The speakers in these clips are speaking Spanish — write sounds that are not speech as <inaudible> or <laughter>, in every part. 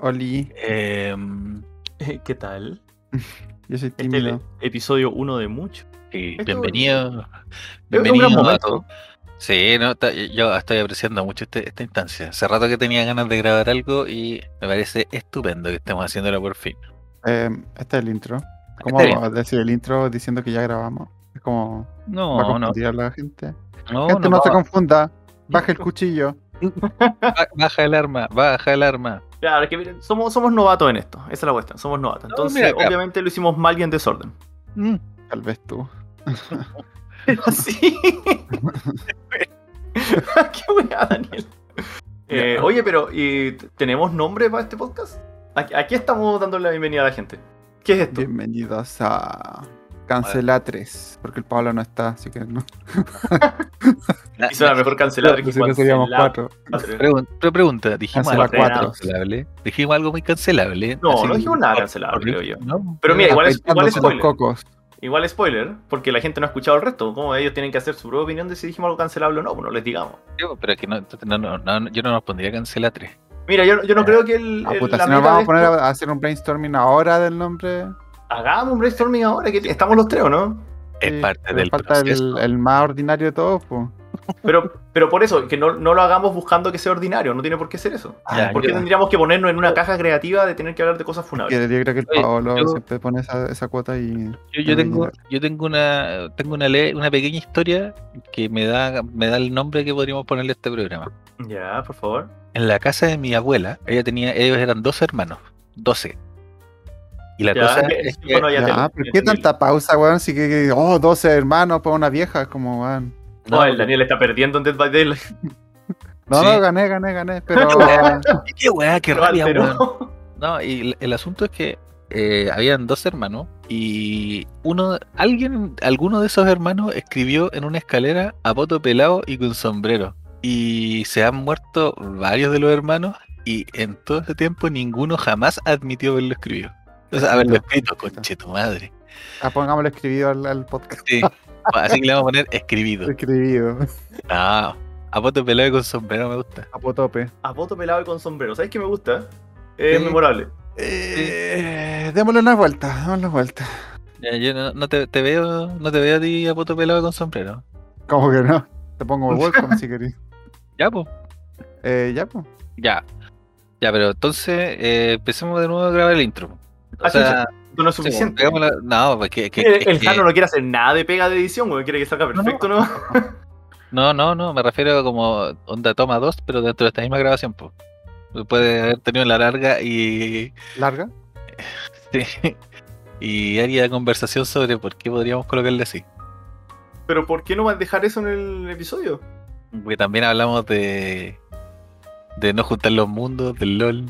Oli, Em, <laughs> ¿Qué tal? yo soy Este es tímido. el episodio uno de mucho. Sí, Esto- bienvenido. un Bienvenido gran a momento. todos. Sí, no, ta- yo estoy apreciando mucho este- esta instancia. Hace rato que tenía ganas de grabar algo y me parece estupendo que estemos haciéndolo por fin. Em, este es el intro. ¿Cómo Este bien. decir el intro diciendo que ya grabamos? Es como va a No, no, confundir a la gente. no, gente, no, no se va- confunda. Baja el cuchillo. ba- baja el arma, baja el arma. Claro, es que miren, somos, somos novatos en esto. Esa es la cuestión, somos novatos. No, Entonces, mira acá. obviamente lo hicimos mal y <laughs> en desorden. <laughs> Mm, Tal vez tú. Así. <laughs> Qué weá, <laughs> Daniel. Eh, oye, pero ¿y t- ¿tenemos nombre para este podcast? Aquí, aquí estamos dándole la bienvenida a la gente. ¿Qué es esto? Bienvenidos a Cancelatres. Porque el Pablo no está, así que no. na- Hizo la mejor cancelar que Si no seríamos cuatro. cancelar. pregun- pre- pregunta, dijimos Cancela algo muy cuatro. cancelable. Dijimos algo muy cancelable. No, así no que- dijimos nada cancelable, creo yo. No, Pero mira, igual es, igual es Afeitándose los spoiler. cocos. Igual spoiler, porque la gente no ha escuchado el resto. Como ellos tienen que hacer su propia opinión de si dijimos algo cancelable o no, pues no les digamos. digo, pero es que no, entonces no, no, no, yo no nos pondría cancelatres. Mira, yo, yo no creo que el. Ah, el- puta, la si nos meta vamos de a poner esto- a hacer un brainstorming ahora del nombre. Hagamos un brainstorming ahora, que estamos los tres, ¿o no? Es sí, parte pero del eh, falta el, proceso. el más ordinario de todos, pues. Pero, pero por eso, que no, no lo hagamos buscando que sea ordinario, no tiene por qué ser eso. Ya, ¿Por qué yo- tendríamos que ponernos en una caja creativa de tener que hablar de cosas Que funables? yo creo que el Oye, Paolo yo- siempre pone esa, esa cuota y. Yo, yo Ay, tengo, mira. yo tengo una, tengo una ley, una pequeña historia que me da, me da el nombre que podríamos ponerle a este programa. Ya, por favor. En la casa de mi abuela, ella tenía, ellos eran dos hermanos, 12. Y la Ya, cosa eh, es que, bueno, ya Ya, te- ¿por qué entendible. tanta pausa, weón? Si que, que- oh, 12 hermanos para una vieja, como weón. No, Oh, el Daniel está perdiendo en Dead by Daylight. No, Sí. no, gané, gané, gané, pero. qué weá, qué Pero rabia, altero. weón. No, y el, el asunto es que eh, habían dos hermanos y uno, alguien, alguno de esos hermanos escribió en una escalera a poto pelado y con sombrero. Y se han muerto varios de los hermanos y en todo ese tiempo ninguno jamás admitió haberlo escrito. O sea, haberlo escrito, conche tu madre. Ah, pongámoslo escribido al, al podcast. Sí. <laughs> Así que le vamos a poner escribido. Escribido, No, a poto pelado y con sombrero me gusta. a potope. <laughs> A voto pelado y con sombrero. ¿Sabes qué me gusta? Es Sí. memorable. Eh, démosle una vuelta, démosle una vuelta. Ya, Yo no, no te, te veo, no te veo a ti a poto pelado y con sombrero. Como que no. Te pongo welcome si querés. Ya, pues. Eh, ya, pues. Ya. Ya, pero entonces eh, empecemos de nuevo a grabar el intro. O Ah, sea, Esto no es sí, suficiente. pegámosla- no, pues que, que- el es el que- Jano no quiere hacer nada de pega de edición, weón. Quiere que salga perfecto, ¿no? <laughs> no, no, no, me refiero a como onda toma dos, pero dentro de esta misma grabación, pues. Puede haber tenido la larga y, <laughs> Larga. y área de conversación sobre por qué podríamos colocarle así. Pero ¿por qué no van a dejar eso en el episodio? Porque también hablamos de de no juntar los mundos, del LOL.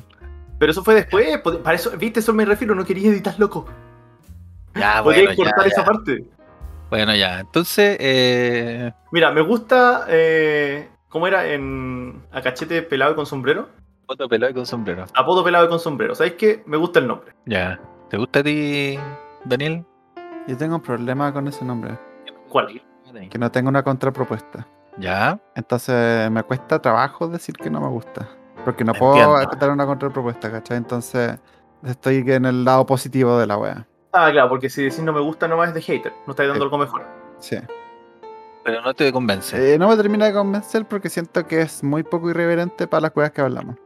Pero eso fue después. pod- Para eso, viste, eso me refiero. No quería editar, loco. Ya, Ah, Podrías bueno, ya, cortar esa ya. parte. Bueno, ya. Entonces, eh, Mira, me gusta. eh, ¿Cómo era? En, a cachete pelado y con sombrero. foto pelado y con sombrero. Apodo pelado y con sombrero. ¿Sabéis qué? Me gusta el nombre. Ya. ¿Te gusta a ti, Daniel? Yo tengo un problema con ese nombre. ¿Cuál? Que no tengo una contrapropuesta. Ya. Entonces me cuesta trabajo decir que no me gusta. Porque no puedo Entiendo. aceptar una contrapropuesta, ¿cachai? Entonces estoy en el lado positivo de la wea. Ah, claro, porque si decís no me gusta nomás es de hater. No estáis dando algo mejor. Sí. Pero no te convence. Eh, no me termina de convencer porque siento que es muy poco irreverente para las weas que hablamos.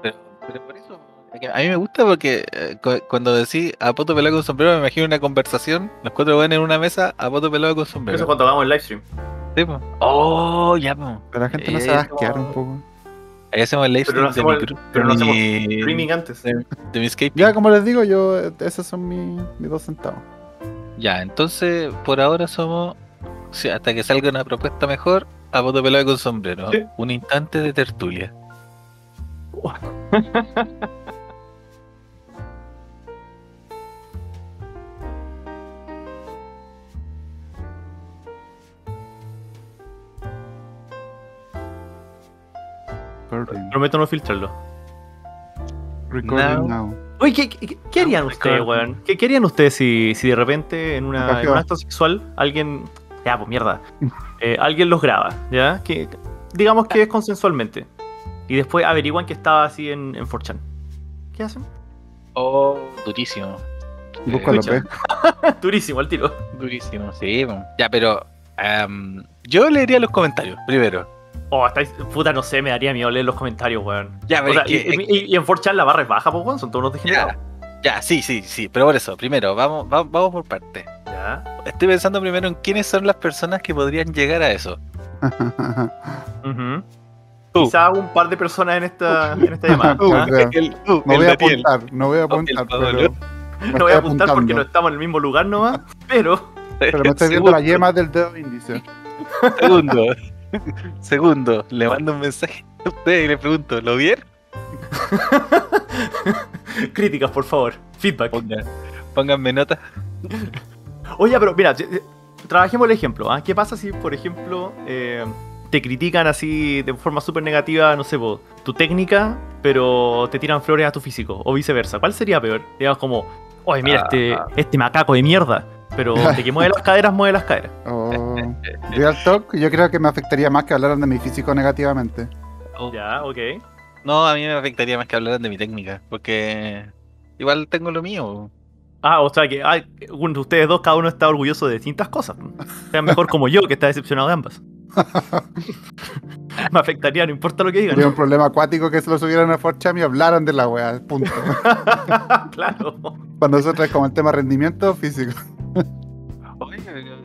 Pero, pero por eso. es que A mí me gusta porque eh, cu- cuando decís a poto pelado con sombrero, me imagino una conversación. Los cuatro van en una mesa a poto pelado con Eso es sombrero. cuando hagamos el live stream. Sí, po. Oh, ya, po. Pero la gente no se Eh, va a asquear un no. poco. Ahí hacemos el live Pero no stream de mi hacemos el- gru- pero no de hacemos mi- Streaming antes. Sí. de mi escape. Ya, como les digo, yo, eh, esos son mis, mis dos centavos. Ya, entonces por ahora somos. sí, hasta que salga una propuesta mejor, a poto pelado con sombrero. Sí. Un instante de tertulia. Recording, Prometo no filtrarlo. recording now. Oye, ¿qué, qué, qué harían No, ustedes, claro. Ah, weón? ¿Qué, qué harían ustedes si, si de repente en, Acá una, en queda. un acto sexual alguien. Ya, pues mierda. Eh, alguien los graba, ¿ya? Que, digamos que es consensualmente. Y después averiguan que estaba así en, en 4chan. ¿Qué <laughs> hacen? Oh, durísimo. Busco a Eh, López. Durísimo al tiro. Durísimo, sí. bueno. Ya, pero am, yo leería los comentarios primero. Oh, estáis. Puta, no sé, me daría miedo leer los comentarios, weón. Ya, O pero sea, es y, que- y- y- y en 4chan la barra es baja, pues, weón. Son todos unos degenerados. ya, ya, sí, sí, sí. Pero por eso, primero, vamos, vamos, vamos por parte. Ya. Estoy pensando primero en quiénes son las personas que podrían llegar a eso. Ujú. Tú. Quizá un par de personas en esta, en esta <laughs> llamada. Tú, ¿ah? creo. El- tú, <laughs> No el voy a Daniel. apuntar, no voy a No, el apuntar, pero. Pablo. me <laughs> No voy a estoy apuntar porque no apuntando. estamos en el mismo lugar nomás, pero. Pero me estoy viendo la yema del dedo <laughs> índice. Segundo, segundo, <laughs> le mando un mensaje a ustedes y le pregunto, ¿lo vieron? Críticas, por favor. Feedback. Pongan- pónganme notas. Oye, pero mira, eh, eh, trabajemos el ejemplo. ¿ah? ¿Qué pasa si, por ejemplo, eh, te critican así de forma súper negativa, no sé, po, tu técnica, pero te tiran flores a tu físico? O viceversa. ¿Cuál sería peor? Digamos como, oye, mira, este, este macaco de mierda. Pero de que mueve las caderas, mueve las caderas. Oh. Real Talk, yo creo que me afectaría más que hablaran de mi físico negativamente. Oh, <laughs> Ya, ok. No, a mí me afectaría más que hablaran de mi técnica, porque igual tengo lo mío. Ah, o sea que ah, uno de ustedes dos, cada uno está orgulloso de distintas cosas. Sean mejor como yo, que está decepcionado de ambas. <laughs> Me afectaría, no importa lo que digan. Sería un problema acuático que se lo subieran a 4chan y hablaran de la wea, <laughs> punto. <laughs> claro. Para nosotros es como el tema rendimiento físico. Oye,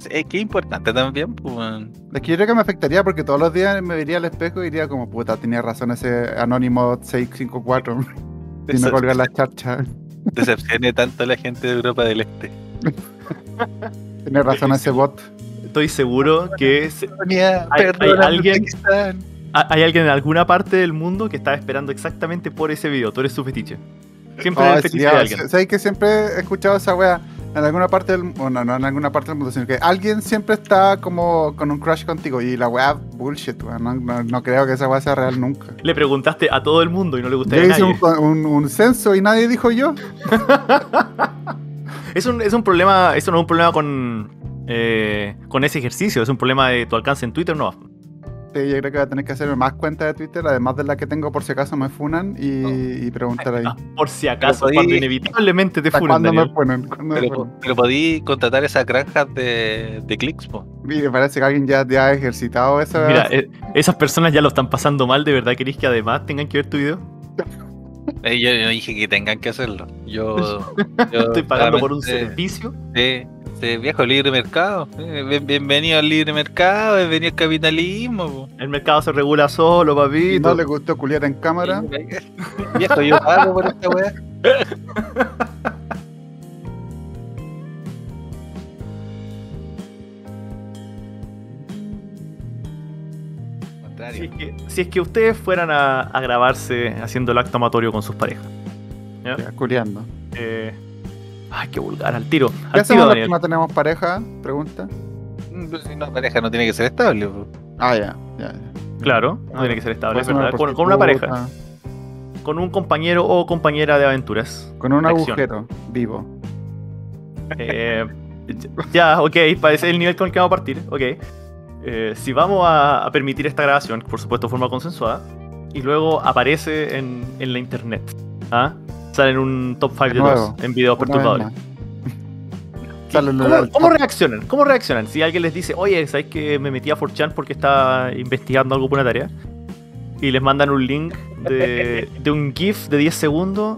es que es importante también, pues, weón. Es que yo creo que me afectaría porque todos los días me vería al espejo y diría como, puta, tenía razón ese anónimo <laughs> 654 y no Dece- colgar las charchas. decepcioné tanto a la gente de Europa del Este. Tenía razón ese bot. Estoy seguro que se- hay Perdóname, alguien- Pakistán. ha- hay alguien en alguna parte del mundo que está esperando exactamente por ese video. Tú eres su fetiche. Siempre Oh, eres el fetiche de sería- alguien. ¿Sabes que siempre he escuchado esa wea? En alguna parte del mundo, no, no en alguna parte del mundo, sino que alguien siempre está como con un crush contigo y la wea bullshit, wea. No, no- no creo que esa wea sea real nunca. Le preguntaste a todo el mundo y no le Yo gustaría a hice nadie. un, un- un censo y nadie dijo yo. Es un, es un problema, eso no es un problema con, eh, con ese ejercicio, es un problema de tu alcance en Twitter, no. Sí, yo creo que voy a tener que hacerme más cuentas de Twitter, además de la que tengo por si acaso me funan y, y preguntar ahí. Ah, por si acaso, podí- cuando inevitablemente te ¿Hasta funan, cuándo me Daniel. funan? ¿Cuándo me Pero, funan? pero podí contratar esas granjas de, de clics, po. Y me parece que alguien ya, ya ha ejercitado esa... Mira, eh, esas personas ya lo están pasando mal, ¿de verdad queréis que además tengan que ver tu video? Eh, yo no dije que tengan que hacerlo. Yo, yo <laughs> Estoy pagando por un solamente- servicio. Sí, sí, viejo libre mercado. Eh, bien- bienvenido al libre mercado, bienvenido al capitalismo. po. El mercado se regula solo, y papito. no le gustó culiar en cámara. <laughs> Viejo, yo pago por esta weá. Si es, Contrario. que, si es que ustedes fueran a, a grabarse haciendo el acto amatorio con sus parejas. ¿ya? Ya, culiando. Eh, ay, qué vulgar, al tiro. ¿Qué Al tiro, hacemos los que Daniel. no tenemos pareja? Pregunta. Mm, pero Si no, pareja no tiene que ser estable. po. Ah, ya, ya. ya. Claro, no tiene que ser estable, Puede es ser una verdad. Con, con una Ah, prostituta, pareja, con un compañero o compañera de aventuras. Con un Acción. agujero vivo. Eh, ya, ok, parece el nivel con el que vamos a partir. Ok. Eh, si vamos a, a permitir esta grabación, por supuesto de forma consensuada, y luego aparece en, en la internet, ¿ah? sale en un top 5 de, De nuevo. todos, en Una videos vez <laughs> perturbadores. más. Sale el ¿Cómo, lugar- cómo reaccionan? ¿Cómo reaccionan? Si alguien les dice, oye, ¿sabes que me metí a 4chan porque estaba investigando algo por una tarea? Y les mandan un link de, <laughs> de un GIF de 10 segundos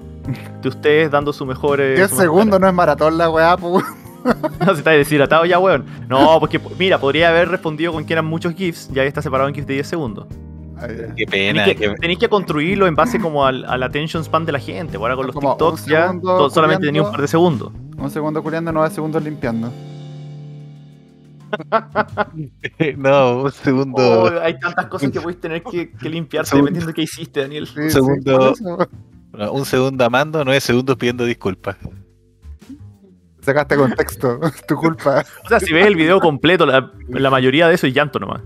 de ustedes dando su mejor. eh, 10 su mejor segundos no es maratón la weá, <laughs> pues. <laughs> No, si está deshidratado ya, weón. No, porque mira, podría haber respondido con que eran muchos GIFs, ya que está separado en GIFs de 10 segundos. Ay, ya. Qué Tenéis pena. que, qué- tenéis que construirlo en base como al, al attention span de la gente. Ahora con los Como un TikToks ya segundo to- solamente cubriendo. tenía un par de segundos. Un segundo culiando, 9 segundos limpiando. <laughs> no, un segundo. Oh, hay tantas cosas que podéis tener que, <laughs> que limpiar Segundo. dependiendo de qué hiciste, Daniel. Sí, sí, Segundo. por eso. No, un segundo amando, nueve segundos pidiendo disculpas. Sacaste contexto, <laughs> es tu culpa. O sea, si ves el video completo, la, la mayoría de eso es llanto nomás.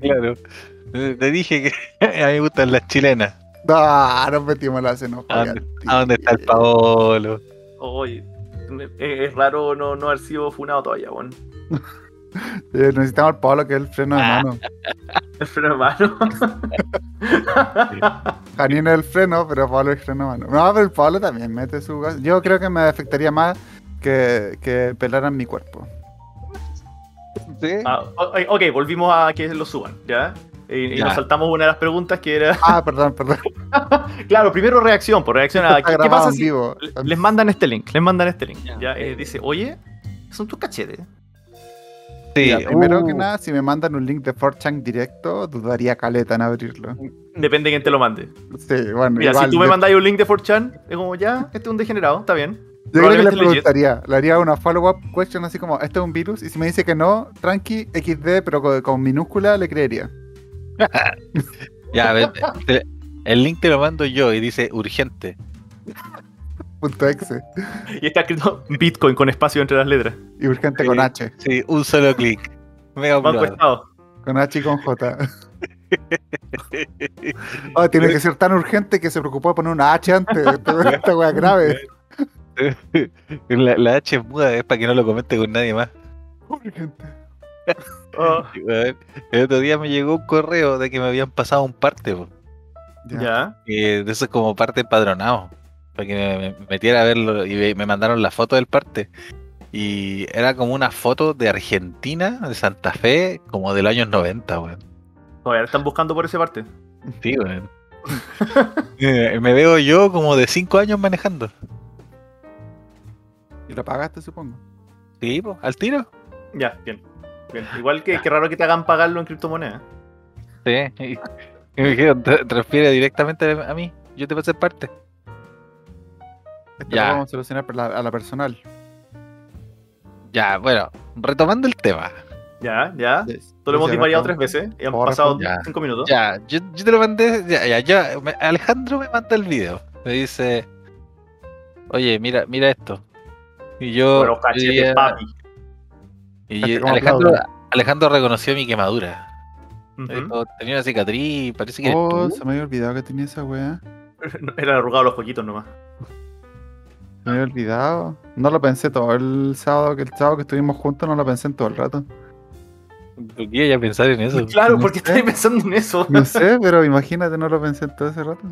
Claro. <laughs> Eh, Te dije que <laughs> a mí me gustan las chilenas. No, nos metimos la cenoja. ¿A dónde, a dónde está el Paolo? Oye, eh, es raro no, no haber sido funado todavía, weón. <laughs> Eh, necesitamos Ah. al Pablo que es el freno de Ah. mano. Pero hermano. Janine el freno, pero Pablo el freno mano. No, pero el Pablo también mete su gas. Yo creo que me afectaría más que, que pelaran mi cuerpo. Sí. Ah, o- ok, volvimos a que lo suban, ¿ya? Y, y Ya. nos saltamos una de las preguntas que era. <laughs> Ah, perdón, perdón. Claro, primero reacción, por reacción a. Está ¿Qué, qué grabado pasa en si vivo. le- les mandan este link? Les mandan este link. Ya. Ya, eh, dice, oye, son tus cachetes. Sí, Mira, primero uh, que nada, si me mandan un link de 4chan directo, dudaría caleta en abrirlo. Depende de quién te lo mande. Sí, bueno, Mira, igual, si tú me yo- mandáis un link de 4chan, es como, ya, este es un degenerado, está bien. Yo creo que le probablemente legit. preguntaría, le haría una follow-up question así como, ¿este es un virus? Y si me dice que no, tranqui, XD, pero con, con minúscula, le creería. Ya, a ver, te- el link te lo mando yo y dice urgente. Punto exe. Y está escrito Bitcoin con espacio entre las letras. Y urgente con Sí. H. Sí, un solo clic. Mega Banco upload. Estado. Con H y con J. Oh, tiene que ser tan urgente que se preocupó de poner una H <laughs> antes. Esta esta wea es grave. <laughs> La, la H es muda, es para que no lo comente con nadie más. Urgente. Oh, Weón, El otro día me llegó un correo de que me habían pasado un parte, po. Ya. ya. Eh, de eso es como parte empadronado. Para que me, me metiera a verlo y ve- me mandaron la foto del parte. Y era como una foto de Argentina, de Santa Fe, como del año 90, weón. Oye, ahora están buscando por esa parte. Sí, weón. Eh, me veo yo como de 5 años manejando. Y lo pagaste, supongo. Sí, po, al tiro. Ya, bien. bien. Igual que qué raro que te hagan pagarlo en criptomonedas. Sí. Y, y me dijeron, "Tra- transfiere directamente a mí. Yo te paso el parte. Esto Ya. lo vamos a solucionar por la- a la personal. Ya, bueno, retomando el tema. Ya, ya. Tú lo hemos disparado tres veces y han Porfa, pasado ya. cinco minutos. Ya, yo, yo te lo mandé. Ya, ya, ya, me- Alejandro me manda el video. Me dice, oye, mira, mira esto. Y yo. Bueno, yo cachetes, diría- papi. y Caché, ¿cómo Alejandro, aplaude? Alejandro reconoció mi quemadura. <laughs> Ujú. Dijo, Tenía una cicatriz, parece que. eres Oh, tú". se me había olvidado que tenía esa wea. Eran arrugados los coquitos nomás. Me había olvidado. No lo pensé todo el sábado que el sábado que estuvimos juntos, no lo pensé en todo el rato. ¿Por qué ya pensar en eso? Claro, no porque sé. estoy pensando en eso. <laughs> No sé, pero imagínate, no lo pensé en todo ese rato.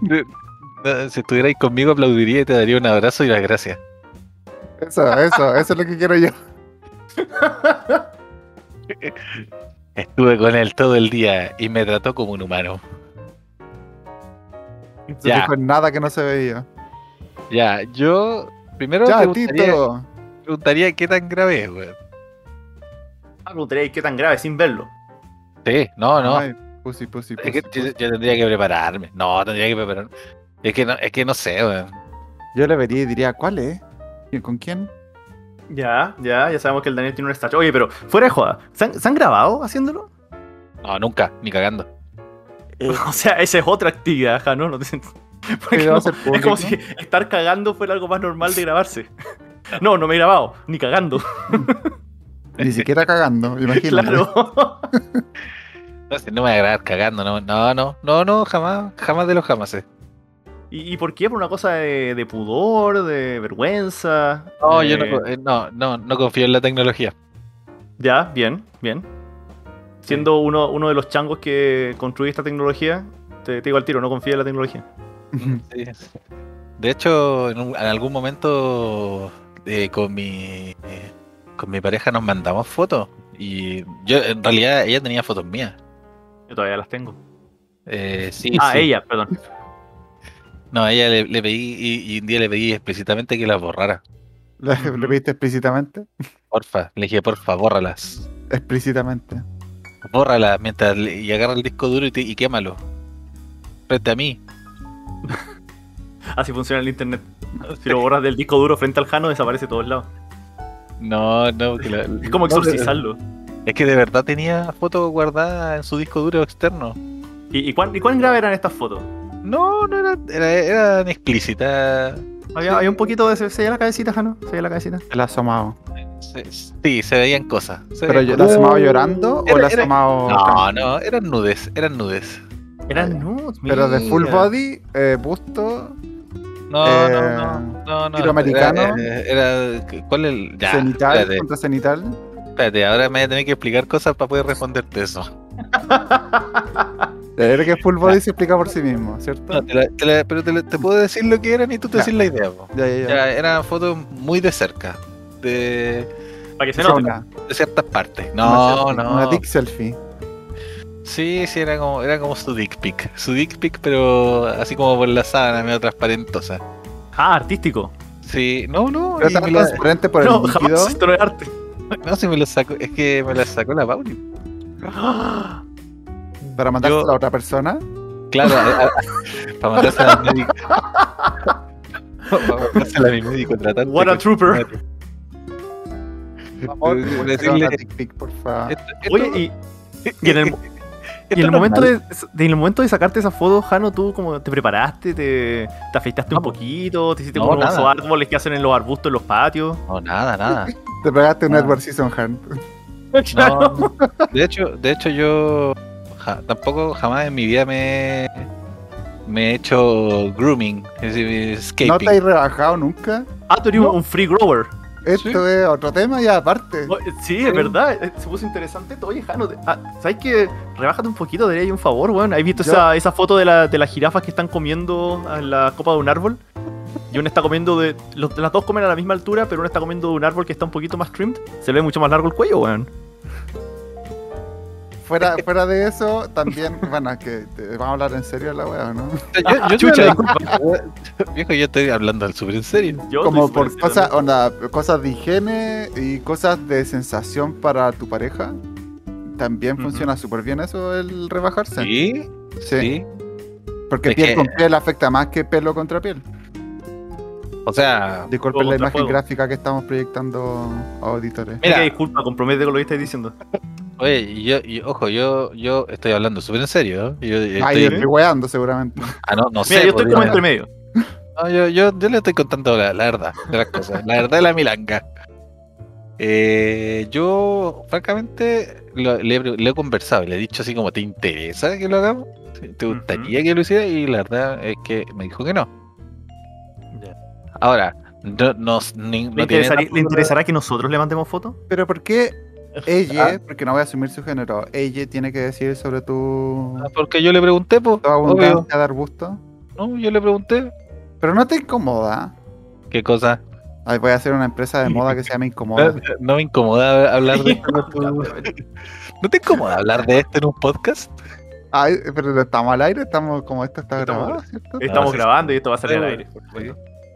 No, <laughs> Si estuvierais conmigo, aplaudiría y te daría un abrazo y las gracias. Eso, eso, eso es lo que quiero yo. Estuve con él todo el día y me trató como un humano. No Ya. dijo nada que no se veía. Ya, yo primero Ya, preguntaría, Tito. preguntaría qué tan grave es, weón. Ah, preguntaréis qué tan grave sin verlo. Sí, no, Ah, no. Ay, pussy, pussy, es pussy. que yo, yo tendría que prepararme. No, tendría que prepararme. Es que no, es que no sé, weón. Yo le vería y diría, ¿cuál es? ¿Y ¿Con <laughs> quién? Ya, ya, ya sabemos que el Daniel tiene una estatua. Oye, pero fuera de joda, ¿se han, se han grabado haciéndolo? No, nunca, ni cagando. Eh. <laughs> O sea, esa es otra actividad, ajá, ¿no? No te <laughs> siento- Porque ¿Qué va no- a hacer es público? como si estar cagando fuera algo más normal de grabarse. <laughs> No, no me he grabado, ni cagando. <laughs> Ni siquiera <laughs> cagando, imagínate. <laughs> Claro. <laughs> No sé, no me voy a grabar cagando, no, no, no, no, no, jamás, jamás de los jamás. ¿Y, y por qué? ¿Por una cosa de, de pudor, de vergüenza? No, Eh, yo no, co- eh, no, no, no confío en la tecnología. Ya, bien, bien. Siendo uno, uno de los changos que construye esta tecnología, te, te digo al tiro, no confía en la tecnología. Sí. De hecho, en, un- en algún momento eh, con mi eh, con mi pareja nos mandamos fotos y yo en realidad ella tenía fotos mías. Yo todavía las tengo. Eh, sí, Ah, sí. ella, perdón. No, ella le, le pedí y, y un día le pedí explícitamente que las borrara. ¿Lo lo viste explícitamente? Porfa, le dije, porfa, bórralas. Explícitamente. Bórralas mientras le- y agarra el disco duro y, te- y quémalo. Frente a mí. Así funciona el internet. Si lo borras del disco duro frente al Jano, desaparece de todos lados. No, no, que la- Es como No, pero- exorcizarlo. es que de verdad tenía fotos guardadas en su disco duro externo. ¿Y, y cuán, ¿Y cuán grave eran estas fotos? No, no era, era, eran explícitas. Había, había un poquito de. ¿Se se veía la cabecita, Jano? ¿Se veía la cabecita? El asomado. Se- Sí, se veían cosas. se ¿Pero yo- veían el cosas. asomado llorando o Uh. Era- el era- asomado.? No, no, eran nudes, eran nudes. Eran nudes, Pero de mira. full body, eh, busto, No, Eh, no, no, no, no. tiro americano. Era, era- ¿cuál es el? Ya, cenital, espérate, contra cenital. espérate, ahora me voy a tener que explicar cosas para poder responderte eso. Creo que Full Body se explica por sí mismo, ¿cierto? No, te la- te la- pero te, la- te puedo decir lo que eran y tú Ya. te decís la idea. po. Ya, ya, ya. Ya, eran fotos muy de cerca, de, Para que se note. Zona. de ciertas partes. Una No, selfie, no. Una dick selfie. Sí, sí, era como, era como su dick pic. Su dick pic, pero así como por la sábana, medio transparentosa. Ah, artístico. Sí, no, no. Pero y tan me la- transparente por el No, líquido. jamás esto no es arte. no, si me lo sacó, es que me la sacó la Pauli. Ah, Para mandarse Yo- a la otra persona. Claro, <laughs> a- a- para mandarse al médico. para mandársela a mi médico tratante. What a coche trooper. madre. Amor, Eh, puedes decirle- sacar una dick pic, por favor. Esto- esto- Oye, y, <laughs> y en el, y esto en el no es momento malo. de, de- en el momento de sacarte esa foto, Jano, ¿tú como te preparaste? ¿Te, te afeitaste un No. poquito? ¿Te hiciste No, como nada. esos árboles que hacen en los arbustos, en los patios? No, nada, <laughs> nada. Te pegaste un Ah. Edward Season Hand. No, no. De hecho, de hecho yo ja- tampoco jamás en mi vida me, me he hecho grooming, es decir, No escaping. te has rebajado nunca. Ah, tú eres No. un free grower. Esto es otro tema y aparte. Oye, Sí, es verdad, eh, se puso interesante. esto. Oye, Jano, te- ah, ¿sabes qué? Rebájate un poquito, daría ahí un favor, weón. ¿Has visto Yo- esa, esa foto de, la- de las jirafas que están comiendo en la copa de un árbol? Y una está comiendo de. los- las dos comen a la misma altura, pero una está comiendo de un árbol que está un poquito más trimmed. Se le ve mucho más largo el cuello, weón. Fuera, fuera de eso, también, <laughs> bueno, es que te- vamos a hablar en serio de la wea, ¿no? Yo, yo Chucha, te- disculpa. viejo, yo estoy hablando al super en serio. Yo Como estoy por súper cosas, ansioso. onda, cosas de higiene y cosas de sensación para tu pareja. También Ujú. funciona súper bien eso, el rebajarse. Sí, Sí, sí. porque Es piel que- con piel afecta más que pelo contra piel. O sea, Disculpen Fuego la contra imagen fuego. gráfica que estamos proyectando a auditores. Mira, mira. disculpa, compromete con lo que estás diciendo. oye, y yo, y ojo, yo, yo estoy hablando súper en serio. ¿eh? Yo, yo Ahí estoy, estoy weando seguramente. ah, no, no sé. Mira, yo estoy pues, podría- como entre medio. No, yo, yo, yo le estoy contando la, la verdad de las cosas. la verdad de la milanga. Eh, yo, francamente, lo- le, he pre- le he conversado y le he dicho así como, ¿te interesa que lo hagamos? ¿Te Ujú. gustaría que lo hiciera? Y la verdad es que me dijo que no. Ahora, no, no, ni- no tiene ¿Le, interesaría- tampoco- ¿Le interesará que nosotros le mandemos fotos? Pero ¿por <laughs> qué Ah. ella, porque no voy a asumir su género, ella tiene que decir sobre tu, Ah, Porque yo le pregunté, pues, tu obvio. abundancia de arbusto? No, yo le pregunté. Pero no te incomoda. ¿Qué cosa? Ay, voy a hacer una empresa de moda que se llama Oh. Incomoda. No, no me incomoda hablar <laughs> de esto. en tu- ¿No te incomoda hablar de esto en un podcast? Ay, pero estamos al aire, estamos como esto está Estamos- grabado, ¿cierto? Estamos Ah, sí. grabando y esto va a salir al aire.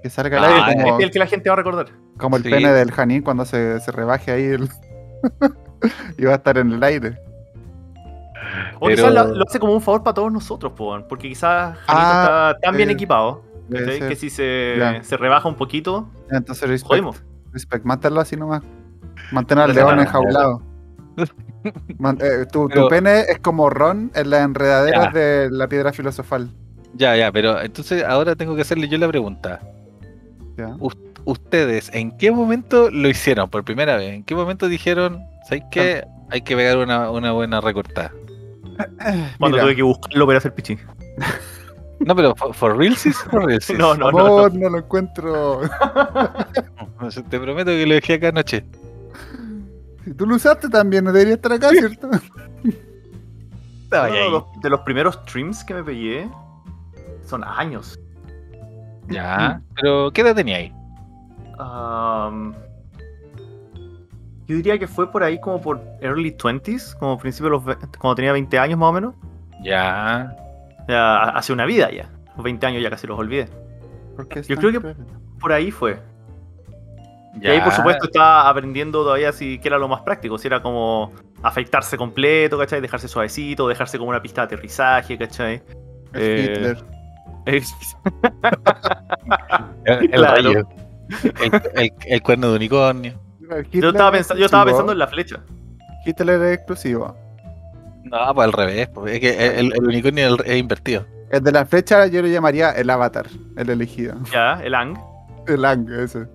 Que salga al Ah, aire Es como, el que la gente va a recordar. como el sí. pene del Janín cuando se, se rebaje ahí el- <laughs> y va a estar en el aire. O Pero- quizás lo, lo hace como un favor para todos nosotros, po, weón, porque quizás Janito Ah, está tan bien eh, equipado Puede ¿cachai? ser. que si se, ya. se rebaja un <laughs> poquito, Entonces respect, jodimos. respect, mátalo así nomás. Mantén al Pero león claro. enjaulado. Man- eh, tu, tu Pero- pene es como Ron en las enredaderas de la piedra filosofal. Ya, ya, pero entonces ahora tengo que hacerle yo la pregunta. ¿ya? ¿Ustedes en qué momento lo hicieron por primera vez? ¿En qué momento dijeron, ¿sabes qué? Hay que pegar una, una buena recortada. Cuando Mira, tuve que buscarlo para hacer pichín. No, pero for, for realsies, for realsies. <laughs> No, no, no. no. amor, no lo encuentro. <laughs> No sé, Te prometo que lo dejé acá anoche. Si tú lo usaste también, no debería estar acá, ¿cierto? Estaba Uno ahí. de, los, de los primeros streams que me pillé son años. Ya, pero ¿qué edad tenía ahí? Am, yo diría que fue por ahí como por early 20s, como principio de los ve- cuando tenía 20 años más o menos. Ya. Ya, hace una vida ya. Los 20 años ya casi los olvidé. Porque es Yo tan creo que- cruel. Por ahí fue. ya. Y ahí, por supuesto, estaba aprendiendo todavía si qué era lo más práctico, si era como afectarse completo, ¿cachai? Dejarse suavecito, dejarse como una pista de aterrizaje, ¿cachai? Es Eh, Hitler. <laughs> El, el Claro. rayo. El, el- el cuerno de unicornio. Hitler yo, estaba es pensando, yo estaba exclusivo. pensando en la flecha. Hitler es exclusivo. No, pues al revés. pues, Es que el, el unicornio es el- es invertido. El de la flecha yo lo llamaría el avatar, el elegido. <laughs> Ya, el Ang. El Ang, ese.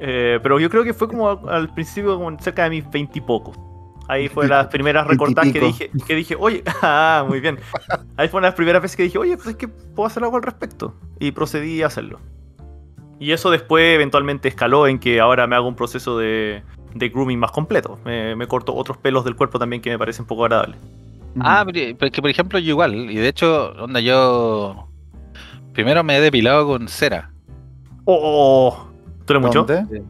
Eh, pero yo creo que fue como al- al principio, como cerca de mis veintipocos. Ahí fue las primeras recortadas que dije, Veintipico. que dije, oye, <laughs> ah, muy bien. Ahí fue una de las primeras veces que dije, oye, pues es que puedo hacer algo al respecto. Y procedí a hacerlo. Y eso después eventualmente escaló en que ahora me hago un proceso de, de grooming más completo. Me, me corto otros pelos del cuerpo también que me parecen poco agradables. Ah, pero- porque por ejemplo yo igual, y de hecho, onda, yo primero me he depilado con cera. ¡Oh! ¿Tú eres mucho? ¿Dónde?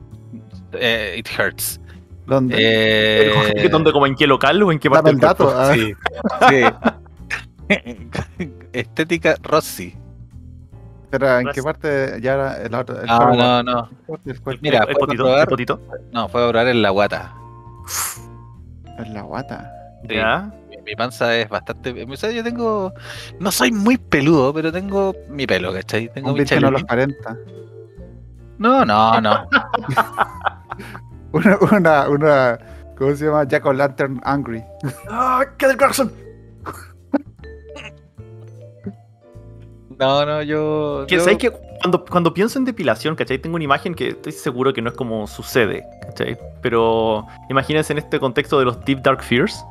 Eh, it hurts. ¿Dónde? Eh, ¿Dónde? ¿Dónde? ¿Como en qué local o en qué Dame parte el del cuerpo? dato. ah. sí, sí. <laughs> Estética Rossi. Espera, ¿en qué parte? Ya era el otro. el No, otro- Ah, no, no. parte del cuerpo. Mira, ¿El fue potito? probar- ¿El potito? No, fue a orar en la guata. En la guata. Sí, ¿Ya? mi- Mi panza es bastante. O sea, yo tengo. No soy muy peludo, pero tengo mi pelo, ¿cachai? Tengo Un mi virgen a los chalupita. 40. No, no, no. <laughs> Una, una, una. ¿Cómo se llama? Jack o' Lantern Angry. ¡Ah! ¡Qué del corazón! No, no, yo. Que yo- sabéis que cuando, cuando pienso en depilación, ¿cachai? Tengo una imagen que estoy seguro que no es como sucede, ¿cachai? Pero imagínense en este contexto de los Deep Dark Fears.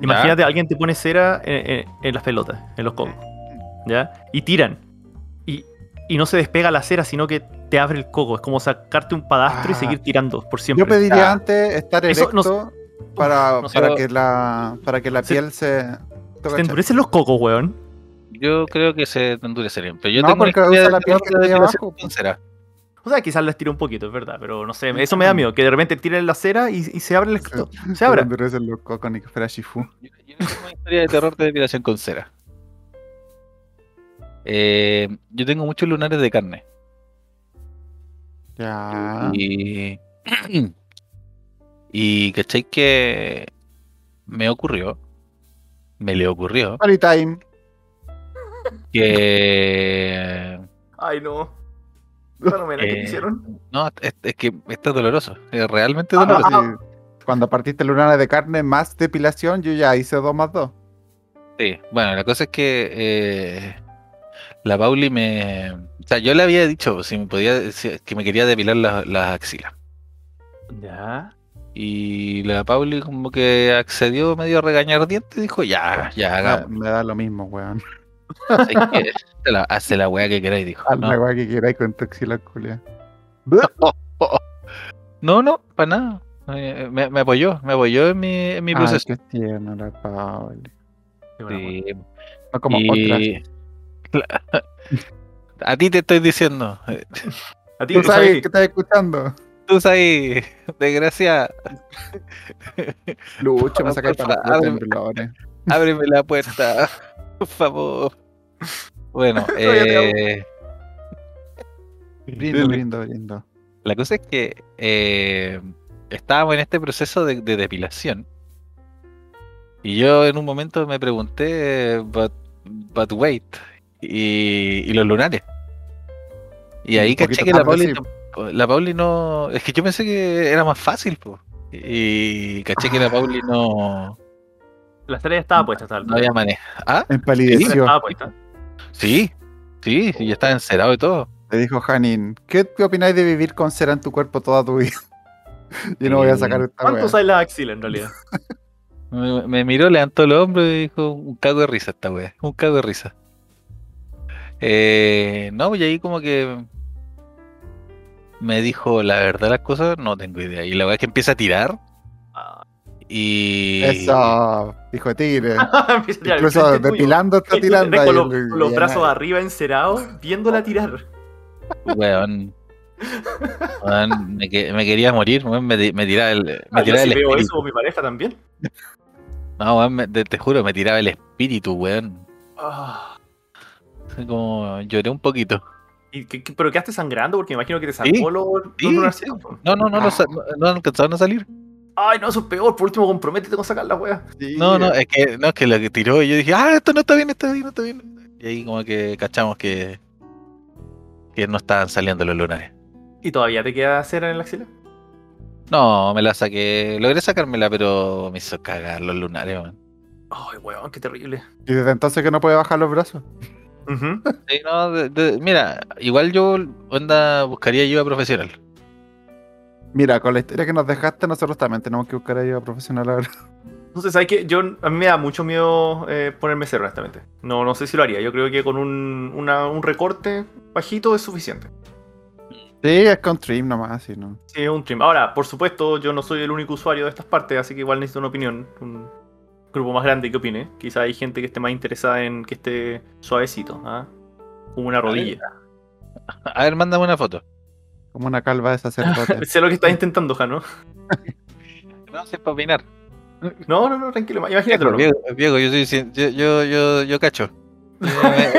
Imagínate, alguien te pone cera en, en- en las pelotas, en los cocos, ¿ya? Y tiran. Y, y no se despega la cera, sino que te abre el coco. Es como sacarte un padastro y Ah. seguir tirando por siempre. Yo pediría Ah. antes estar Eso erecto no para, no sé. para, que la, para que la Se- piel se. Se te endurecen los cocos, weón. Yo creo que se endurecerían. Pero yo No, tengo una porque historia usa la de piel que tiene depilación abajo, con cera. O sea, quizás las tiro un poquito, es verdad, pero no sé, eso me Mm. da miedo, que de repente tiren la cera y, y se abre el... Se, se abra. te endurecen los cocos ni que fuera Shifu. Yo, yo no tengo una historia de terror de depilación con cera. Eh, yo tengo muchos lunares de carne. Ya. Y. Y cachai que. Me ocurrió. Me le ocurrió. Party time. Que. Ay, <laughs> no. La romena que Eh, te hicieron. No, es, es que está doloroso. Es realmente Ah, doloroso. Sí. Cuando partiste lunares de carne más depilación, yo ya hice 2 más 2. Sí, bueno, la cosa es que eh, la Pauli me. O sea, yo le había dicho si me podía, si- que me quería depilar la- las axilas. Ya. Y la Pauli, como que accedió medio a regañar dientes y dijo: Ya, ya, Me, hagamos. me da lo mismo, weón. Así que, "Hazte la- Hace la weá que queráis, dijo. Haz Ah, No, la weá que queráis con tu axila culia. no, no, para nada. Eh, Me, me apoyó, me apoyó en mi, en mi Ay, proceso. qué tierna la Pauli. Sí, No como otras. y- <laughs> A ti te estoy diciendo. eh, A ti, Tú sabes que que- estás escuchando. Tú sabes, <laughs> desgracia, Lucho, me saca Por para los favor. temblores. Ábreme la puerta, <laughs> por favor. Bueno, ya te amo. eh, Brindo, brindo, brindo. la cosa es que eh, estábamos en este proceso de, de depilación. Y yo en un momento me pregunté, eh, but, but wait, y, y los lunares. Y ahí Un poquito caché que la tarde, Pauli, sí. tamp- la Pauli no... Es que yo pensé que era más fácil, po. Y caché que la Pauli no, La estrella estaba puesta, tal. no había Ah, manera. ¿Ah? Empalideció. estaba puesta. Sí, sí, Oh. y estaba encerado y todo. Le dijo Hanin, ¿qué te opináis de vivir con cera en tu cuerpo toda tu vida? <laughs> Yo no voy a sacar esta ¿Cuánto weá. sale la axila <laughs> en realidad? Me, me miró, levantó el hombro y dijo, un cago de risa esta wea, un cago de risa. Eh, no, y ahí como que me dijo, la verdad las cosas, no tengo idea. Y la verdad es que empieza a tirar Ah, y... Eso, hijo de tigre. empieza a tirar Ah, el Incluso frente tuyo. depilando está Ahí tú tirando. tenés ahí Con los, el- con los y- brazos arriba encerados, viéndola tirar. Weón. Weón, me, que- me quería morir, weón, me, ti- me tiraba el... Me Ah, yo tiraba si el veo espíritu. eso con mi pareja también. No, weón, me- te, te juro, me tiraba el espíritu, weón. Ah, Así Como lloré un poquito. ¿Y qué- qué- pero quedaste sangrando porque me imagino que te sacó Sí, los, los sí, lunarcitos. No, no, no, Ah. lo sa- no, no alcanzaron a salir. Ay, no, eso es peor. Por último, comprométete con sacar la wea. Sí, No, no, es que, no, es que lo que tiró, y yo dije, ah, esto no está bien, está bien, no está bien. Y ahí como que cachamos que, que no estaban saliendo los lunares. ¿Y todavía te queda cera en la axila? No, me la saqué, logré sacármela, pero me hizo cagar los lunares, man. Ay, weón, qué terrible. Y desde entonces que no puede bajar los brazos. Ujú. Sí, no, de- de- mira, igual yo, onda, buscaría ayuda profesional. Mira, con la historia que nos dejaste, nosotros también tenemos que buscar ayuda profesional ahora. Entonces, ¿sabes qué? Yo, a mí me da mucho miedo eh, ponerme cero, honestamente. No, no sé si lo haría. Yo creo que con un, una- un recorte bajito es suficiente. Sí, es con trim nomás, sí, ¿no? Sí, es un trim. Ahora, por supuesto, yo no soy el único usuario de estas partes, así que igual necesito una opinión. un- grupo más grande que opine. Quizá hay gente que esté más interesada en que esté suavecito, ¿ah? como una rodilla. A ver, mándame una foto. Como una calva de <laughs> sacerdote. Sé lo que estás intentando, Jano. No sé para opinar. No, no, no, tranquilo, imagínatelo. Diego, ¿no? Diego, yo, soy, cien- yo, yo, yo, yo cacho. <laughs> Eh,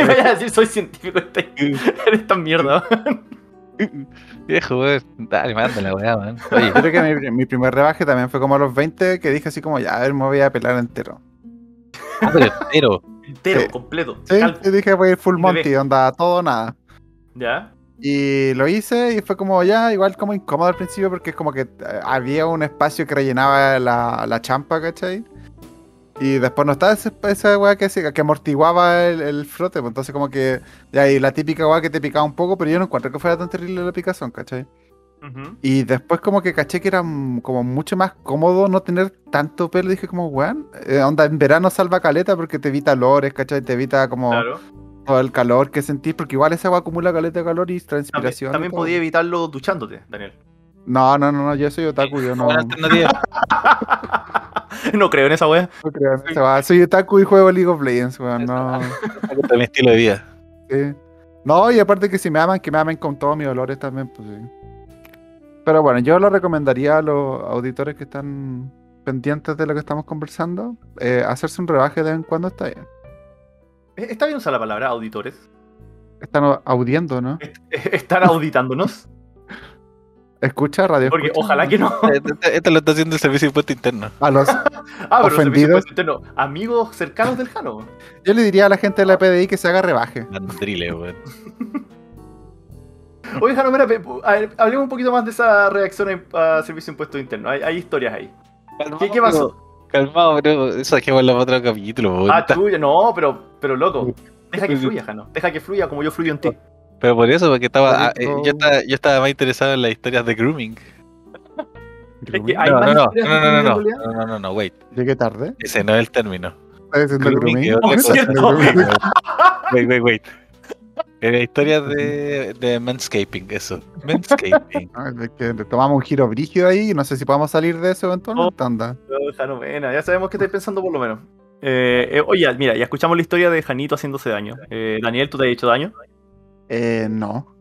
Vaya a decir, soy científico, esta- eres tan mierda. Viejo, weón. Dale, mándala, weá, weón. Oye, Yo creo que mi, mi primer rebaje también fue como a los 20, que dije así como, ya, a ver, me voy a pelar entero. ah, pero entero. Entero, Sí. completo, Sí, calvo. y dije, voy a ir full Bebé. Monty, onda, todo o nada. ¿Ya? Y lo hice y fue como ya, igual como incómodo al principio porque es como que eh, había un espacio que rellenaba la, la champa, ¿cachai? Y después no estaba ese- esa weá que, hacía- que amortiguaba el, el frote, pues entonces como que ya, y la típica weá que te picaba un poco, pero yo no encuentro que fuera tan terrible la picazón, ¿cachai? Ujú. Y después como que caché que era mm, como mucho más cómodo no tener tanto pelo, dije como, weón, eh, onda, en verano salva caleta porque te evita olores, ¿cachai? Te evita como Claro. todo el calor que sentís, porque igual esa agua acumula caleta de calor y También, transpiración. y también todo. podía evitarlo duchándote, Daniel. <laughs> No, no, no, no, yo soy otaku, yo no, Buena alternativa. No creo en esa wea. no creo en esa weá. Soy otaku y juego League of Legends, weón. No, Está contra mi estilo de <laughs> vida. sí. no, y aparte que si me aman, que me amen con todos mis olores también, pues sí. Pero bueno, yo lo recomendaría a los auditores que están pendientes de lo que estamos conversando, eh, hacerse un rebaje de vez en cuando está bien. Eh, Está bien usar la palabra auditores. <laughs> Están audiendo, ¿no? Eh, Están auditándonos. Escucha radio. Porque escucha, ojalá ¿no? que no. Esto- Esto Este, lo está haciendo el servicio de impuesto interno. A los, Ah, pero Ofendidos. servicio interno. Amigos cercanos del Jano. yo le diría a la gente de la PDI que se haga rebaje. Mandrile, weón. Oye, Jano, mira, pe- a ver, hablemos un poquito más de esa reacción a a servicio de impuesto interno. Hay, hay historias ahí. ¿Qué, qué pasó? Calmado, bro. Eso es que bueno para otro capítulo, weón. Ah, chuya, no, pero, pero loco. Deja que fluya, Jano. Deja que fluya como yo fluyo en ti. Pero por eso, porque estaba, ah, eh, Bonito. yo, estaba, yo estaba más interesado en las historias de grooming. Es que hay No, no, más no, historias de no, no, no, criminalidad. no, no, no, no, wait. Llegué tarde. Ese no es el término. Estaba haciendo el Grooming grooming. es otra Por cosa. cierto. <laughs> <laughs> Wait, wait, wait. Era historias de, de manscaping, eso. Manscaping. Ah, es que le tomamos un giro brígido ahí y no sé si podamos salir de eso eventualmente. Anda. No, Jano, buena, ya sabemos qué estáis pensando por lo menos. Eh, eh, oye, mira, ya escuchamos la historia de Janito haciéndose daño. Eh, Daniel, ¿tú te has hecho daño? Eh, no.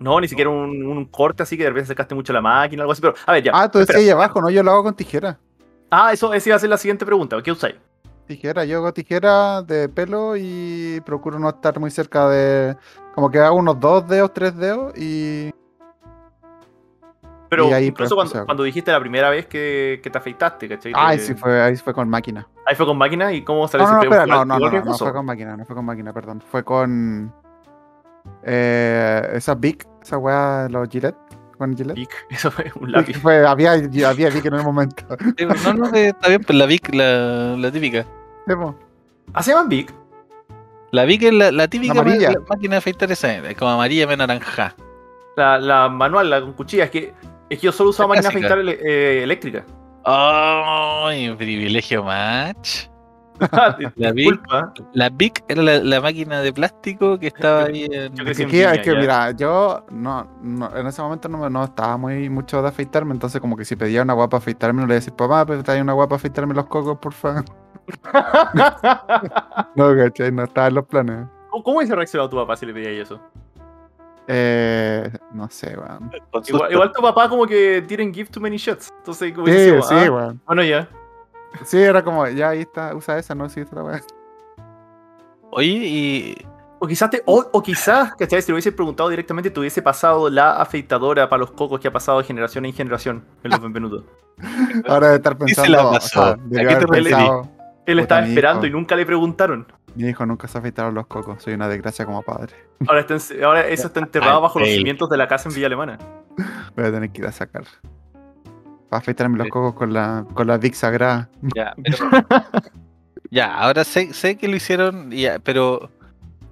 No, ni siquiera un, un corte así que de repente sacaste mucho la máquina o algo así, pero a ver, ya. Ah, tú decías ahí abajo, no, yo lo hago con tijera. Ah, eso, esa iba a ser la siguiente pregunta. ¿Qué usáis? Tijera, yo hago tijera de pelo y procuro no estar muy cerca de. Como que hago unos dos dedos, tres dedos y. Pero Y ahí, pues, incluso cuando, o sea- cuando dijiste la primera vez que, que te afeitaste, ¿cachai? Ay, Te- sí, fue, ahí fue con máquina. Ahí fue con máquina y cómo sale No, no, no, ese espera, igual- no, no, no, igual que no, no Coso. fue con máquina, no fue con máquina, perdón. Fue con. Eh, esa Big, esa weá, los Gillette, con Gillette. Pic, <laughs> Eso fue un lápiz. <laughs> Fue, había, había Big en el momento. <laughs> Sí, No, no, eh, está bien, pero la Vic, la, la típica. Sí, po. Ah, se llaman Vic. La Vic es la, la típica ma- Amarilla. la máquina de afeitar esa, eh, como amarilla menos naranja. La, la manual, la con cuchilla. Es que, es que yo solo <laughs> usaba La máquina clásica. afeitar ele- eh, eléctrica. <laughs> ¡Ay, privilegio match! La Vic, Disculpa. la Vic era la, la máquina de plástico que estaba ahí en... Yo Sí, crecí en que- es Viña, que ya. mira, yo no, no- en ese momento no, me- no estaba muy mucho de afeitarme, entonces como que si pedía una guapa afeitarme, no le iba a decir, papá, pero trae una guapa afeitarme los cocos, por <laughs> favor. no, cachai, no estaba en los planes. ¿Cómo- ¿Cómo hubiese reaccionado tu papá si le pedías eso? Eh, no sé, weón. con susto. Igual, igual tu papá como que tienen give too many shots. Entonces, como Sí, dice, como, sí, ah, weón. Bueno, ya. Sí, era como, ya ahí está, usa esa, no, sí, esta <laughs> weón. Oye, y... O quizás, te, o, o quizás, ¿cachai? Si lo hubiese preguntado directamente, te hubiese pasado la afeitadora para los cocos que ha pasado de generación en generación en los Benvenutos. Ahora de estar se pensando, la o pasó? sea, ¿A debió qué haber te referís? pensado, Él Puta, estaba mi hijo. esperando y nunca le preguntaron. mi hijo nunca se afeitaron los cocos, soy una desgracia como padre. Ahora, está en- ahora eso está enterrado bajo los Ay, cimientos de la casa en Villa Alemana. Voy a tener que ir a sacar. Para afeitarme los cocos con la, con la Big Sagrada. Ya, pero- <laughs> ya, ahora sé, sé que lo hicieron, ya, pero,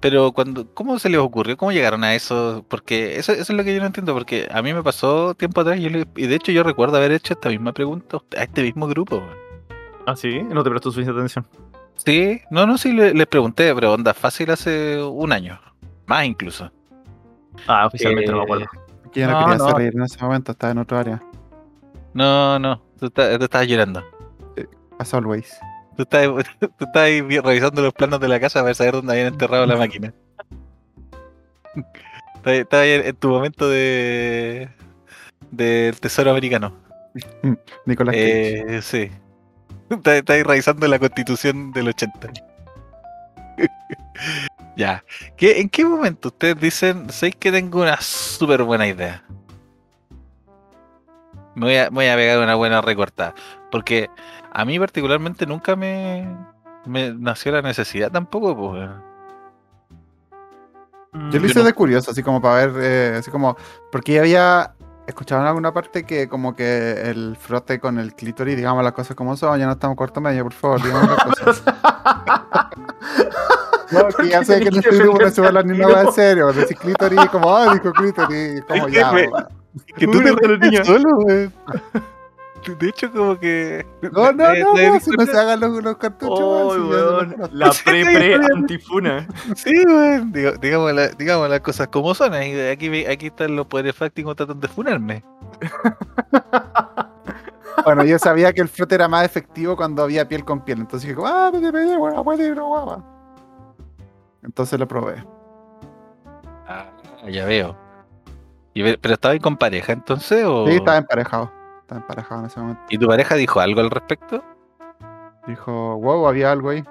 pero cuando, ¿cómo se les ocurrió? ¿Cómo llegaron a eso? Porque eso, eso es lo que yo no entiendo, porque a mí me pasó tiempo atrás, yo le- y de hecho yo recuerdo haber hecho esta misma pregunta a usted- a este mismo grupo. Ah, sí, no te prestó suficiente atención. Sí, no, no, sí le- les pregunté, pero onda fácil hace un año, más incluso. Ah, oficialmente no me Eh, acuerdo. Que yo no, No, quería no. hacer reír en ese momento, estaba en otro área. No, no, tú, esta- tú estabas llorando. As always. Tú estás, <laughs> tú estás ahí vi- revisando los planos de la casa para saber dónde habían enterrado la máquina. <laughs> Estás ahí- Estás ahí en en tu momento de. del tesoro americano. Nicolás Cage. Eh, sí. <laughs> Estás estás ahí revisando la constitución del 80. <laughs> ya. ¿Qué, ¿En qué momento ustedes dicen, sabéis que tengo una súper buena idea? Me voy, a, me voy a pegar una buena recortada. Porque a mí particularmente nunca me, me nació la necesidad tampoco. Pues. weón. Yo lo yo hice no- de curioso, así como para ver, eh, así como, porque ya había escuchado en alguna parte que como que el frote con el clítoris, digamos las cosas como son, ya no estamos cuarto medio, por favor, digamos las cosas. <laughs> No, ¿Por que ya qué sé que tenés no que estoy defenderte no se habla ni al una wea en tiro? serio, decir clítoris, como, ah, dijo clítoris, como Es que ya, me- weón. Que tú te Uy, los ríes niños. solo, weón. <laughs> De hecho, como que. <laughs> No, no, Eh, no, eh, no, si no se hagan los, los cartuchos, Oh, weón, si ya se los weón, conozco. la Sí, estoy pre-pre-antifuna. Sí, weón. Digo- digamos, la- digamos las cosas como son. ahí- Aquí, ve- aquí están los poderes fácticos tratando de funarme. Bueno, yo sabía que el frote era más efectivo cuando había piel con piel, entonces dije, como, ah, me pedí, bueno, puede, no, guapa. Entonces lo probé. Ah, ya veo. Y ve- ¿Pero estaba ahí con pareja entonces? O... Sí, estaba emparejado, estaba emparejado en ese momento. ¿Y tu pareja dijo algo al respecto? Dijo, wow, había algo ahí.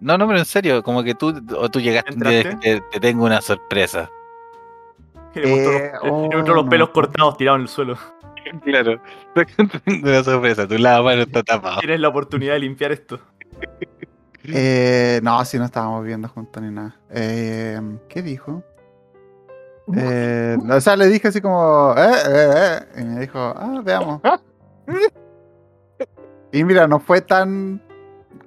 No, no, pero en serio, como que tú, o tú llegaste un día y ¿Entraste? dijiste, te tengo una sorpresa. Tenemos todos Eh, los- tenemos oh, todos los pelos no. cortados tirados en el suelo. Claro, <laughs> te tengo una sorpresa, tu lavamano está tapado. Tienes la oportunidad de limpiar esto. Eh, no, si no estábamos viviendo juntos ni nada. Eh, ¿Qué dijo? Eh, no, o sea, le dije así como, eh, eh, eh, y me dijo, ah, veamos. Y mira, no fue tan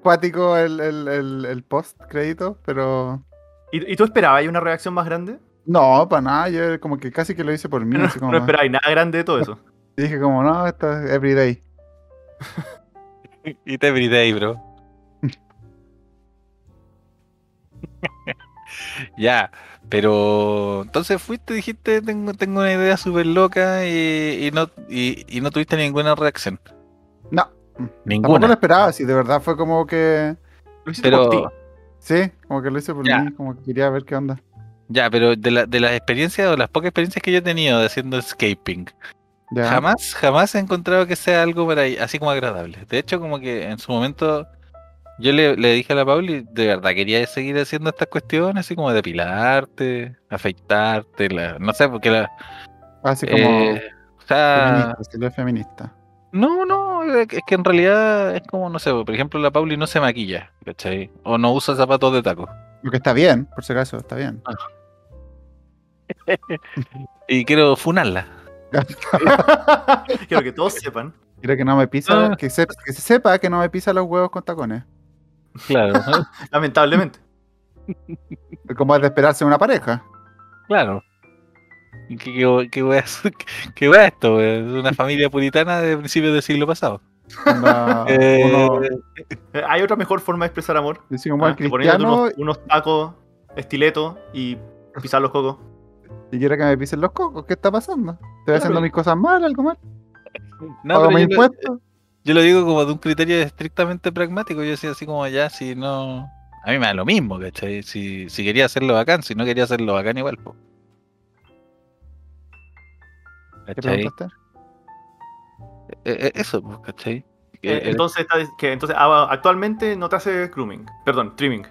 cuático el, el, el, el post crédito, pero ¿Y, y tú esperabas ¿Hay una reacción más grande? no, para nada, yo como que casi que lo hice por mí, No, así como, no esperabas nada grande de todo eso. dije como, no, esto es everyday. Y te brindé ahí, bro. <laughs> ya, pero entonces fuiste, dijiste, tengo, tengo una idea súper loca y, y no, y, y no tuviste ninguna reacción. No, tampoco lo Ninguna. esperaba, si de verdad fue como que, Lo hiciste Pero, por ti. sí, como que lo hice por Ya. mí, como que quería ver qué onda. ya, pero de, la- de las experiencias o las pocas experiencias que yo he tenido de haciendo escaping, Ya. Jamás, jamás he encontrado que sea algo para ahí, así como agradable. De hecho, como que en su momento yo le, le dije a la Pauli, de verdad quería seguir haciendo estas cuestiones, así como depilarte, afeitarte, la- no sé, porque la... Así como eh, o sea, feminista, si lo es feminista. no, no, es que es que en realidad es como, no sé, por ejemplo, la Pauli no se maquilla, ¿cachai? O no usa zapatos de taco. Lo que está bien, por si acaso, está bien. Y quiero funarla. <laughs> Quiero que todos sepan. Quiero que no me pisa, Ah. que, se, que se sepa que no me pisa los huevos con tacones. Claro, Lamentablemente. Como es de esperarse una pareja. <laughs> Claro. ¿Qué, qué, voy- qué, voy a hacer? ¿Qué voy a esto? weón? Es una familia puritana de principios del siglo pasado. Onda, <laughs> Eh, Uno Eh, Hay otra mejor forma de expresar amor. dice como es Ah, te ponías cristiano unos, unos tacos, estiletos y pisar los cocos. y quiero que me pisen los cocos. ¿Qué está pasando? ¿Estoy haciendo Claro. mis cosas mal, algo mal? no, ¿Pago pero mis yo, lo, impuestos? yo lo digo como de un criterio estrictamente pragmático. Yo decía así como ya, si no. A mí me da lo mismo, ¿cachai? Si, si quería hacerlo bacán, si no quería hacerlo bacán, igual. po. ¿Qué ¿Cachai? preguntaste? Eh, eh, eso, pues, ¿cachai? Eh, Eh, eh, entonces, está- que, entonces ah, actualmente no te hace grooming. Perdón, trimming.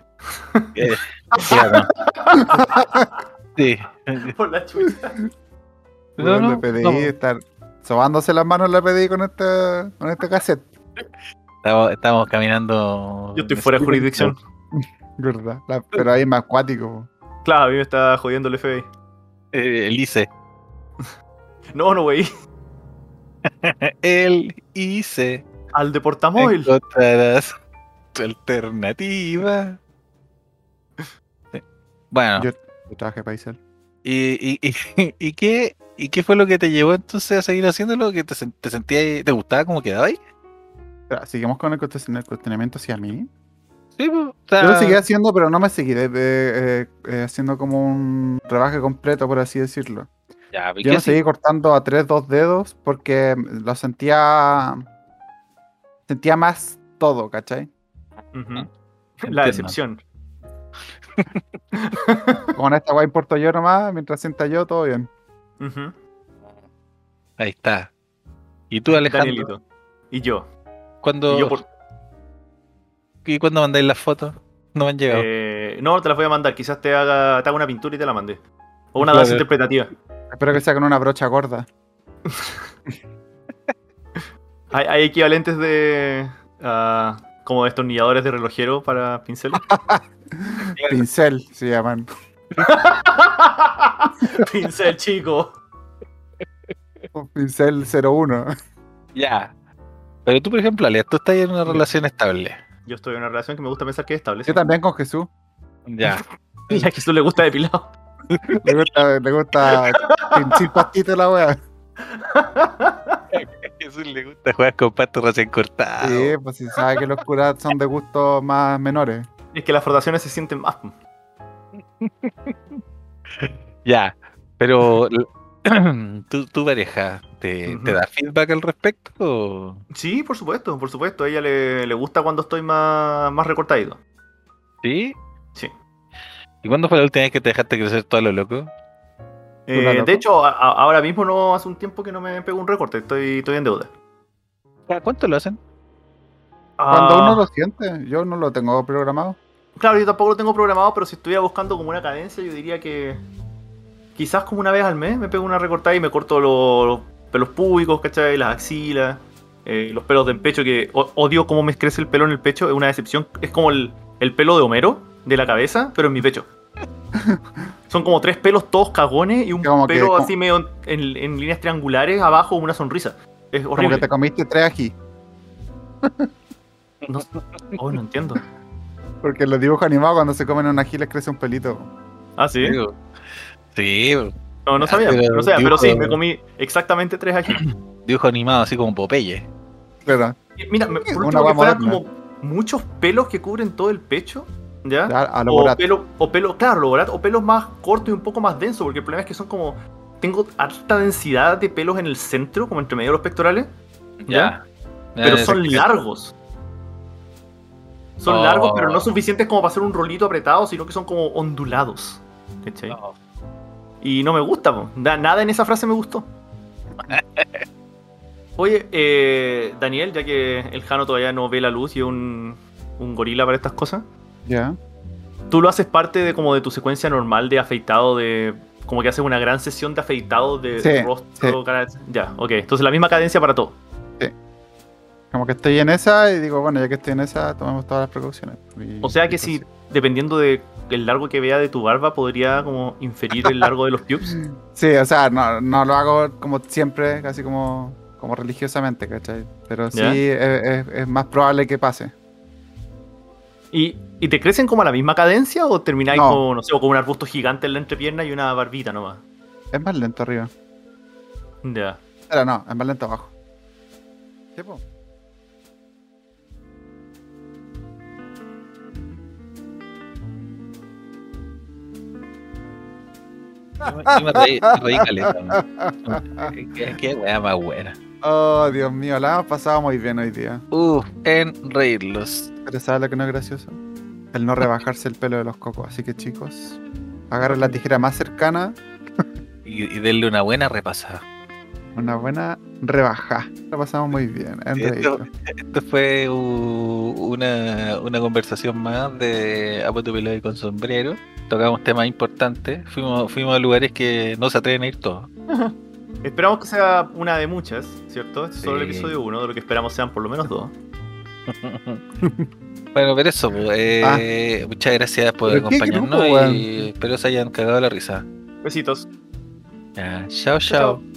<laughs> claro. <laughs> sí. Por la chucha. No, Weón, no, la PDI no. estar sobándose las manos la PDI con este, con este cassette. Estamos, estamos caminando. Yo estoy fuera de jurisdicción. ¿Verdad? La- pero ahí es más acuático. po. Claro, a mí me está jodiendo el FBI. Eh, el ICE. No, no, güey. <laughs> E. El E. ICE. Al de portamóvil. Encontrarás tu alternativa. Sí. Bueno, Yo- Yo trabajé para Isel. y, y, y, <laughs> y qué, ¿y qué fue lo que te llevó entonces a seguir haciéndolo? ¿Que te, sen- te sentías, te gustaba cómo quedaba ahí? Espera, Seguimos con el cuestion- el cuestionamiento hacia mí. Sí, pues, o Yo lo sea, seguí haciendo, pero no me seguí de- de- eh, eh, haciendo como un rebaje completo, por así decirlo. ya, ¿y Yo qué me sí? seguí cortando a tres, dos dedos porque lo sentía. Sentía más todo, ¿cachai? Ujú. Entiendo. La decepción. Con esta guay importo yo nomás, mientras sienta yo, todo bien. Ujú. Ahí está. ¿Y tú, Alejandro? Danielito. Y yo. ¿Cuándo, Y yo por- ¿y cuándo mandáis las fotos? No me han llegado. eh, no, te las voy a mandar. Quizás te haga, te haga una pintura y te la mandé. O una Claro. danza interpretativa. Espero que sea con una brocha gorda. Hay, hay equivalentes de. ah, como destornilladores de relojero para <laughs> pinceles. Pincel, se llaman. Pincel chico. Un Pincel 01. Ya. Pero tú, por ejemplo, Ale, tú estás en una relación estable. Yo estoy en una relación que me gusta pensar que es estable. Yo también con Jesús. <laughs> Ya. Y a Jesús le gusta depilado. Le gusta, le gusta pinchar pastito la wea. A Jesús le gusta jugar con pasto recién Ah, cortado. Sí, pues si sabe que los curas son de gustos más menores. Es que las frotaciones se sienten más. Ya. <clears throat> Pero, ¿tú, ¿tu pareja te, Ujú. te da feedback al respecto? o- Sí, por supuesto, por supuesto. A ella le, le gusta cuando estoy más, más recortadito. ¿Sí? Sí. ¿Y cuándo fue la última vez que te dejaste crecer todo lo loco? Eh, la nota? de hecho, a- a- ahora mismo no hace un tiempo que no me pego un recorte, estoy, estoy en deuda. ¿Cada ¿Cuánto lo hacen? Cuando Ah, uno lo siente, yo no lo tengo programado. Claro, yo tampoco lo tengo programado, pero si estuviera buscando como una cadencia, yo diría que quizás como una vez al mes me pego una recortada y me corto los, los pelos públicos, ¿cachai? Las axilas, eh, los pelos del pecho, que o- odio cómo me crece el pelo en el pecho, es una decepción. Es como el, el pelo de Homero, de la cabeza, pero en <laughs> mi pecho. Son como tres pelos todos cagones y un Como que- pelo como- así medio en, en- en líneas triangulares, abajo una sonrisa. Es Como que horrible. te comiste tres ají. No, oh, no entiendo. Porque en los dibujos animados cuando se comen un ají les crece un pelito. Ah, sí. Digo, Sí, No, no Ah, sabía. pero No sabía, pero sí, dibujo- me comí exactamente tres ají. dibujo animado así como Popeye. Claro. Mira, me- por Una último guay que fueran como moderna. muchos pelos que cubren todo el pecho, ¿ya? Ya, a lo o Borat. pelo, o pelo, claro, lo barato, o pelos más cortos y un poco más densos, porque el problema es que son como. Tengo alta densidad de pelos en el centro, como entre medio de los pectorales, Ya. Eh, pero Ya, son exacto. largos. Son Oh. largos, pero no suficientes como para hacer un rolito apretado, sino que son como ondulados. ¿cachai? No. Y no me gusta, po. Na- nada en esa frase me gustó. Oye, eh, Daniel, ya que el Jano todavía no ve la luz y es un, un gorila para estas cosas, Ya. ¿tú lo haces parte de como de tu secuencia normal de afeitado de... Como que haces una gran sesión de afeitado de Sí, rostro, cara... Ya, ok. Entonces la misma cadencia para todo. Como que estoy en esa y digo, bueno, ya que estoy en esa, tomemos todas las precauciones. Y- O sea y que si, pues- dependiendo de el largo que vea de tu barba, podría como inferir el largo de los pubes. Sí, o sea, no, no lo hago como siempre, casi como, como religiosamente, ¿cachai? Pero sí Ya. es, es- es más probable que pase. ¿Y, y te crecen como a la misma cadencia o termináis No. con, no sé, o con un arbusto gigante en la entrepierna y una barbita nomás? Es más lento arriba. Ya. Pero no, es más lento abajo. Sí, po. Yo me reí, me reí caleta, man. Qué, qué wea más buena. Oh, Dios mío, la hemos pasado muy bien hoy día. Uf, en reírlos. Pero ¿sabes lo que no es gracioso? El no rebajarse el pelo de los cocos. Así que chicos, agarren la tijera más cercana, Y, y denle una buena repasada. una buena rebaja. Lo pasamos muy bien. en Esto, realidad. esto fue u- una, una conversación más de Apoto Pelado y con sombrero. Tocamos temas importantes. Fuimos, fuimos a lugares que no se atreven a ir <laughs> todos. Esperamos que sea una de muchas, ¿cierto? Este es solo el Sí. episodio 1, de lo que esperamos sean por lo menos dos. Bueno, pero eso, pues, eh, muchas gracias por Ah. Pero qué acompañarnos grupo, y espero se hayan cagado la risa. Besitos. Ya, chao, chao.